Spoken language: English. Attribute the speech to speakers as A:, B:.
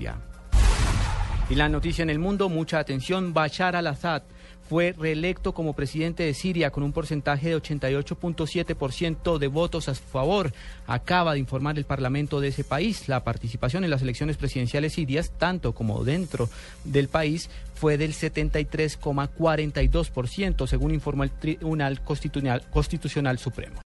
A: Ya. Y la noticia en el mundo, mucha atención, Bashar al-Assad fue reelecto como presidente de Siria con un porcentaje de 88.7% de votos a su favor. Acaba de informar el Parlamento de ese país. La participación en las elecciones presidenciales sirias, tanto como dentro del país, fue del 73,42%, según informó el Tribunal Constitucional, Constitucional Supremo.